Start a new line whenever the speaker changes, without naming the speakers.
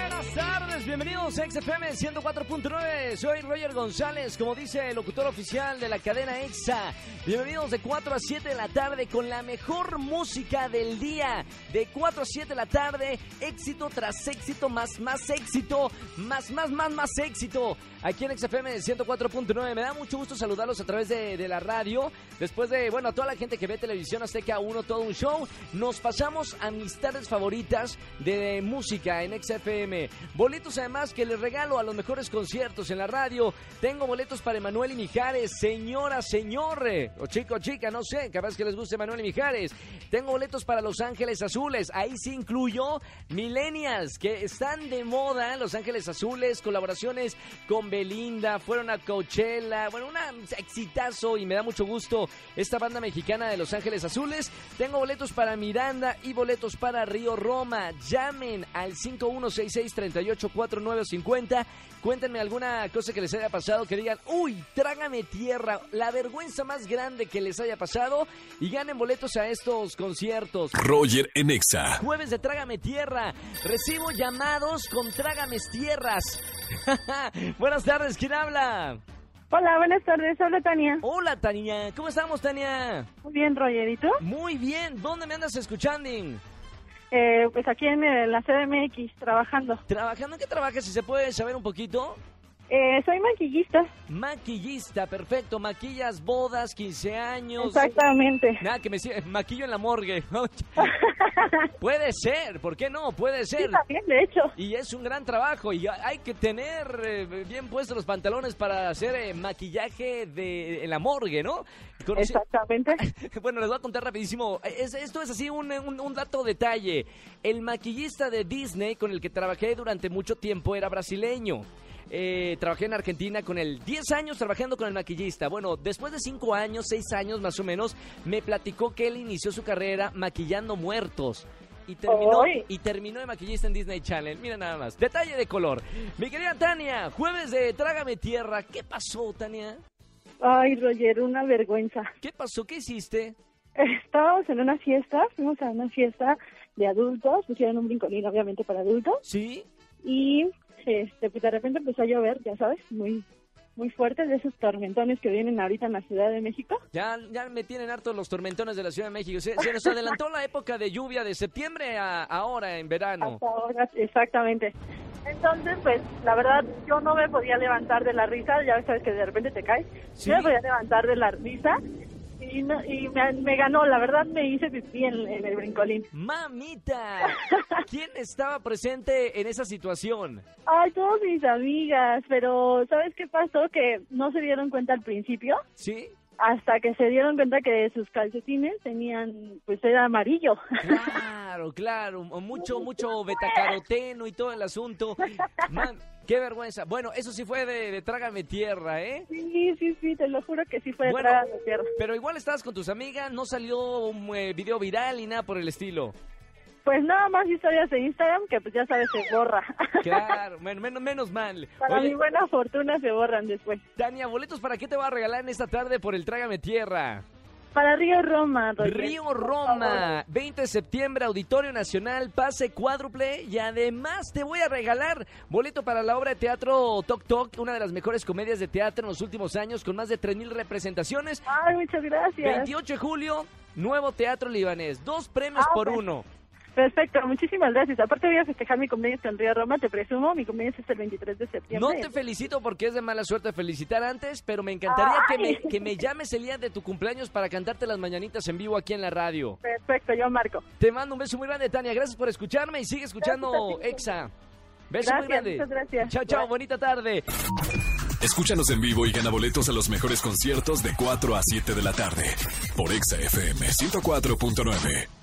Buenas tardes, bienvenidos a XFM 104.9. Soy Roger González, como dice el locutor oficial de la cadena EXA. Bienvenidos de 4 a 7 de la tarde con la mejor música del día. De 4 a 7 de la tarde, éxito tras éxito, más, más éxito, más, más, más, más éxito. Aquí en XFM 104.9. Me da mucho gusto saludarlos a través de, de la radio. Después de, bueno, a toda la gente que ve televisión Azteca 1, todo un show, nos pasamos a amistades favoritas de música en XFM. Boletos además que les regalo a los mejores conciertos en la radio. Tengo boletos para Emanuel y Mijares, señora, señor, eh, o chico, chica, no sé, capaz que les guste Emanuel y Mijares. Tengo boletos para Los Ángeles Azules, ahí sí incluyo Millennials, que están de moda, Los Ángeles Azules, colaboraciones con Belinda, fueron a Coachella, bueno, un exitazo y me da mucho gusto esta banda mexicana de Los Ángeles Azules. Tengo boletos para Miranda y boletos para Río Roma. Llamen al 5166-384950. Cuéntenme alguna cosa que les haya pasado que digan, uy, trágame tierra, la vergüenza más grande que les haya pasado y ganen boletos a estos conciertos.
Roger en EXA.
Jueves de Trágame Tierra. Recibo llamados con Trágames Tierras. Buenas tardes, ¿quién habla?
Hola, buenas tardes, habla Tania.
Hola, Tania. ¿Cómo estamos, Tania?
Muy bien, Roger, ¿y tú?
Muy bien. ¿Dónde me andas escuchando?
Eh, pues aquí en eh, la CDMX, trabajando.
¿Trabajando? ¿En qué trabajas? Si se puede saber un poquito.
Eh, soy maquillista,
Maquillista, perfecto. Maquillas, bodas, 15 años.
exactamente.
Nada, que me sie- maquillo en la morgue. puede ser, ¿por qué no? Puede
Sí,
ser.
también, de hecho.
Y es un gran trabajo y hay que tener eh, bien puestos los pantalones para hacer eh, maquillaje de, en la morgue, ¿no? Conocí-
Exactamente.
Bueno, les voy a contar rapidísimo. Es- esto es así un, un- un dato detalle. El maquillista de Disney con el que trabajé durante mucho tiempo era brasileño. Eh, trabajé en Argentina con el 10 años trabajando con el maquillista. Bueno, después de 5 años, 6 años más o menos, me platicó que él inició su carrera maquillando muertos. Y terminó,
¡Ay!
y terminó de maquillista en Disney Channel. Mira nada más. Detalle de color. Mi querida Tania, jueves de Trágame Tierra. ¿Qué pasó, Tania?
Ay, Roger, una vergüenza.
¿Qué pasó? ¿Qué hiciste?
Estábamos en una fiesta, fuimos a una fiesta de adultos, pusieron un brincolín, obviamente, para adultos.
¿Sí?
Y este, pues de repente empezó a llover, ya sabes, muy muy fuerte, de esos tormentones que vienen ahorita en la Ciudad de México.
Ya, ya me tienen hartos los tormentones de la Ciudad de México. Se, se nos adelantó la época de lluvia de septiembre a ahora, en verano.
Hasta ahora, exactamente. Entonces, pues, la verdad, yo no me podía levantar de la risa, ya sabes que de repente te caes,
Sí.
yo no me podía levantar de la risa y, no- y me, me ganó, la verdad me hice pipí en, en el brincolín.
¡Mamita! ¿Quién estaba presente en esa situación?
Ay, todas mis amigas, pero ¿sabes qué pasó? Que no se dieron cuenta al principio,
¿Sí?
hasta que se dieron cuenta que sus calcetines tenían, pues era amarillo.
Claro, claro. Mucho, mucho betacaroteno y todo el asunto. Man, qué vergüenza. Bueno, eso sí fue de, de Trágame Tierra, ¿eh?
Sí, sí, sí, te lo juro que sí fue de
Bueno.
tragas de tierra.
Pero igual estabas con tus amigas, no salió un eh, video viral ni nada por el estilo.
Pues nada más historias de Instagram que pues ya sabes se borra.
Claro, men- menos, menos mal.
Para
Oye,
mi buena fortuna se borran después.
Tania, boletos para qué te va a regalar en esta tarde por el Trágame Tierra.
Para Río Roma, Roger.
Río
Pues Por favor.
Roma, 20 de septiembre, Auditorio Nacional, pase cuádruple y además te voy a regalar boleto para la obra de teatro Tok Tok, una de las mejores comedias de teatro en los últimos años con más de 3.000 representaciones.
Ay, muchas gracias.
28 de julio, nuevo teatro libanés, dos premios
Ah,
por
ok.
uno.
Perfecto, muchísimas gracias. Aparte voy a festejar mi cumpleaños en Río Roma, te presumo. Mi cumpleaños es el 23 de
No
septiembre.
te felicito porque es de mala suerte felicitar antes, pero me encantaría que me,
Ay.
que me llames el día de tu cumpleaños para cantarte las mañanitas en vivo aquí en la radio.
Perfecto, yo marco.
Te mando un beso muy grande, Tania. Gracias por escucharme y sigue escuchando
Gracias
Exa. Beso muy
Gracias,
grande.
muchas gracias.
Chao, chao.
Bye.
Bonita tarde.
Escúchanos en vivo y gana boletos a los mejores conciertos de 4 a 7 de la tarde por EXA-FM 104.9.